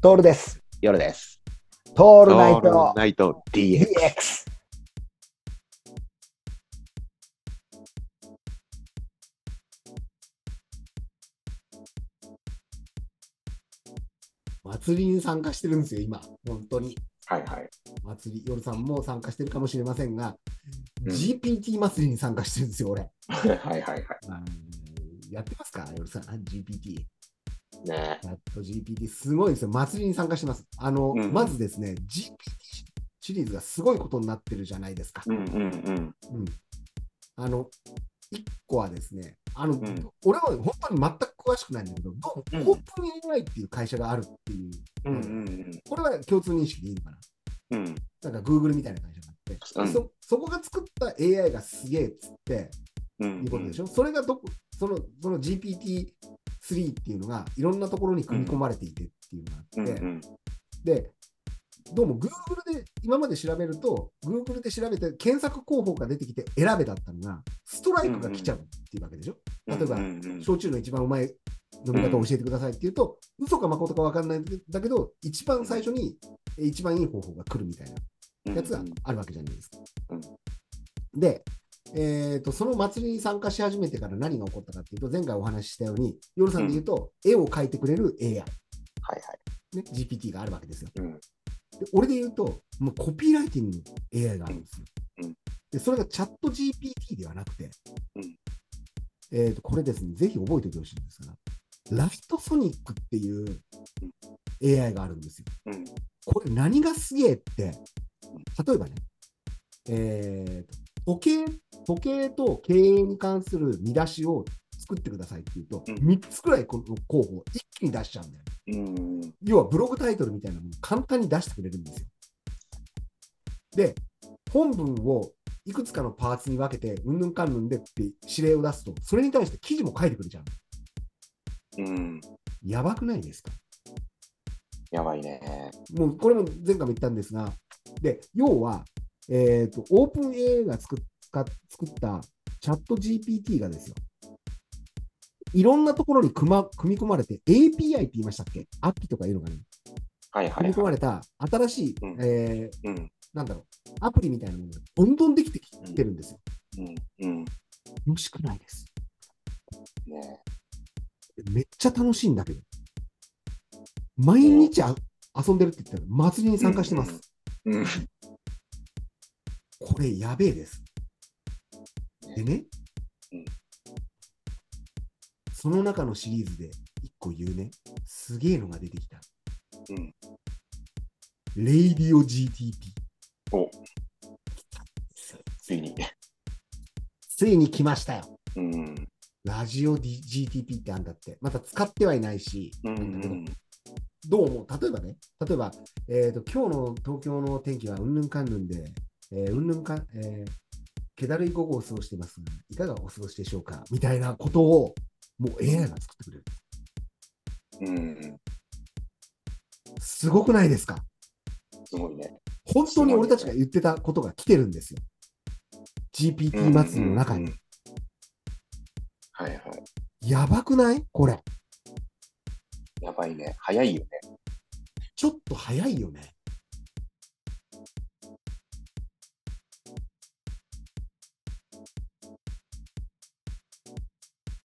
トールです。夜です。トオールナイトナイト DX。 DX。祭りに参加してるんですよ、今、本当に。はいはい。祭り、夜さんも参加してるかもしれませんが、うん GPT 祭りに参加してるんですよ、俺。はいはいはい。やってますか、夜さん、GPT。ねチャット GPT、すごいですよ。祭りに参加してます。あの、うんまずですね、GPT シリーズがすごいことになってるじゃないですか。うんうんうんあの、1個はですね、あの、ん俺は本当に全く詳しくないんだけど、どううんもオープン AI っていう会社があるっていう、うん。うんうんこれは共通認識でいいのかな。うん。うんなんか Google みたいな会社があって、うんそそこが作った AI がすげえっつって、うん。いうことでしょ、それがどこそのその GPT3 っていうのがいろんなところに組み込まれていてっていうのがあって、うんうん。で、どうも Google で今まで調べると、Google で調べて検索候補が出てきて選べだったのが、ストライクが来ちゃうっていうわけでしょ。例えばうんうんうん焼酎の一番うまい飲み方を教えてくださいっていうと、嘘か誠か分かんないんだけど、一番最初にえ一番いい方法が来るみたいなやつがあるわけじゃないですか。うんで、えーと、その祭りに参加し始めてから何が起こったかっていうと、前回お話ししたように、夜さんで言うと、絵を描いてくれる AI、ね、はいはい。 GPT があるわけですよ。うんで俺で言うと、もうコピーライティングの AI があるんですよ。うんでそれがチャット GPT ではなくて、うんえーとこれですね、ぜひ覚えておいてほしいんですが、ライトソニックっていう AI があるんですよ。うんこれ何がすげえって、例えばね、えーと時計時計と経営に関する見出しを作ってくださいっていうと、うん3つくらいこの候補を一気に出しちゃうんだよ。うんうん要はブログタイトルみたいなのを簡単に出してくれるんですよ。で、本文をいくつかのパーツに分けて、うんぬんかんぬんでって指令を出すと、それに対して記事も書いてくれちゃう。うん。やばくないですかやばいね。もうこれも前回も言ったんですが、で、要は、えっ、と、オープン AI が作っ使っ作ったチャット GPT がですよ、いろんなところに組,、ま、組み込まれて API って言いましたっけアッキとかいうのがね、はいは組いみ込はまい。れた新しい、うんえーうんなんだろう、アプリみたいなものがどんどんできてきてるんですよ。うんうん。楽しくないです。ねめっちゃ楽しいんだけど。毎日あ遊んでるって言ったら、祭りに参加してます。うん。これやべえです。でね、うんその中のシリーズで一個言うね、すげえのが出てきた。うんレイディオ GTP。おついに。ついに来ましたよ。うんラジオ、D、GTP ってあんだって。まだ使ってはいないし、うんうなんだけどん。どうも、例えばね、例えば、えー、と今日の東京の天気はうんぬんかんぬんで、えーうんぬんかん、えー、気だるい午後を過ごしていますが、いかがお過ごしでしょうかみたいなことを、もう AI が作ってくれる。うん。すごくないですかすごいね。本当に俺たちが言ってたことが来てるんですよ。GPT 祭りの中うんうにん。はいはい。やばくないこれ。やばいね。早いよね。ちょっと早いよね。